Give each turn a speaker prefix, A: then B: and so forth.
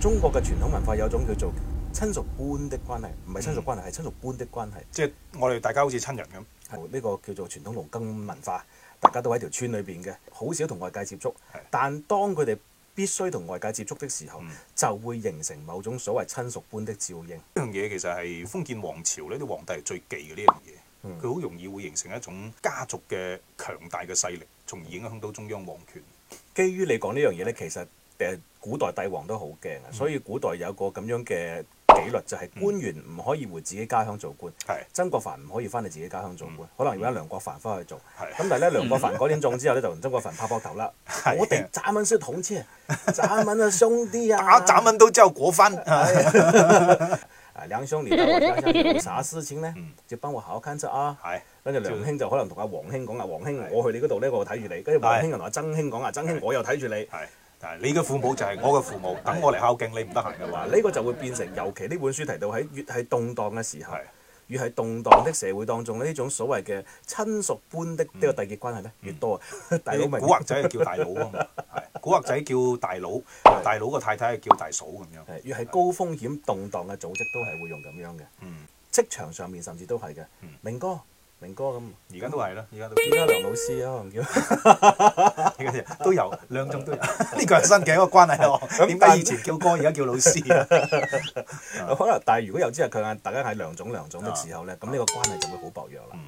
A: 中國嘅傳統文化有種叫做親屬般的關係，唔係親屬
B: 嗯
A: 關係，係親屬般的關係。
B: 即係我哋大家好似親人咁。
A: 呢個叫做傳統農耕文化，大家都喺條村裏邊嘅，好少同外界接觸
B: 係。
A: 但當佢哋必須同外界接觸的時候
B: 嗯，
A: 就會形成某種所謂親屬般的照應。
B: 呢樣嘢其實係封建王朝呢啲皇帝係最忌嘅呢樣
A: 嗯
B: 嘢，佢好容易會形成一種家族嘅強大嘅勢力，從而影響到中央皇權。
A: 基於你講呢樣嘢呢，其實誒古代帝王都好驚
B: 嗯
A: 啊，所以古代有個咁樣嘅紀律，就係、官員唔可以回自己家鄉做官。
B: 係
A: 曾國藩唔可以翻你自己家鄉做官，可能要揾梁國藩翻去做。
B: 嗯係
A: 咁但係咧，梁國藩嗰年中之後咧，就同曾國藩拍膊頭啦。我哋咱們是同志， 咱們是兄弟啊！
B: 打斬蚊刀之後果翻，
A: 啊， 梁兄，你到我家鄉有啥事情呢？就幫我好好看着啊！
B: 嗯係
A: 跟住梁兄就可能同阿黃兄講啊，黃兄，我去你嗰度呢，我睇住你。跟住黃兄又同阿曾兄講啊，曾兄，我又睇住你。
B: 係。但係你嘅父母就係我嘅父母，等我嚟孝敬你唔得閒嘅話，
A: 嗱，呢個就會變成，尤其呢本書提到喺越係動盪嘅時候
B: 係，
A: 越係動盪的社會當中呢種所謂嘅親屬般的呢個締結關係咧，越多啊！ 大佬明
B: 古惑仔係叫大佬啊嘛， 係古惑仔叫大佬，大佬個太太係叫大嫂咁樣。
A: 係越係高風險動盪嘅組織都係會用咁樣嘅，
B: 嗯，
A: 職場上面甚至都係嘅。明哥，明哥咁，
B: 而家都係啦，而家都
A: 而家梁老師啊，可能叫
B: 而家就都有兩種都有， 呢個係新嘅一個關係喎。點解以前叫哥，而家叫老師啊？ 嗯
A: 可能，但係如果有朝一日佢嗌大家嗌梁總梁總嘅時候咧，咁呢個關係就會好薄弱啦。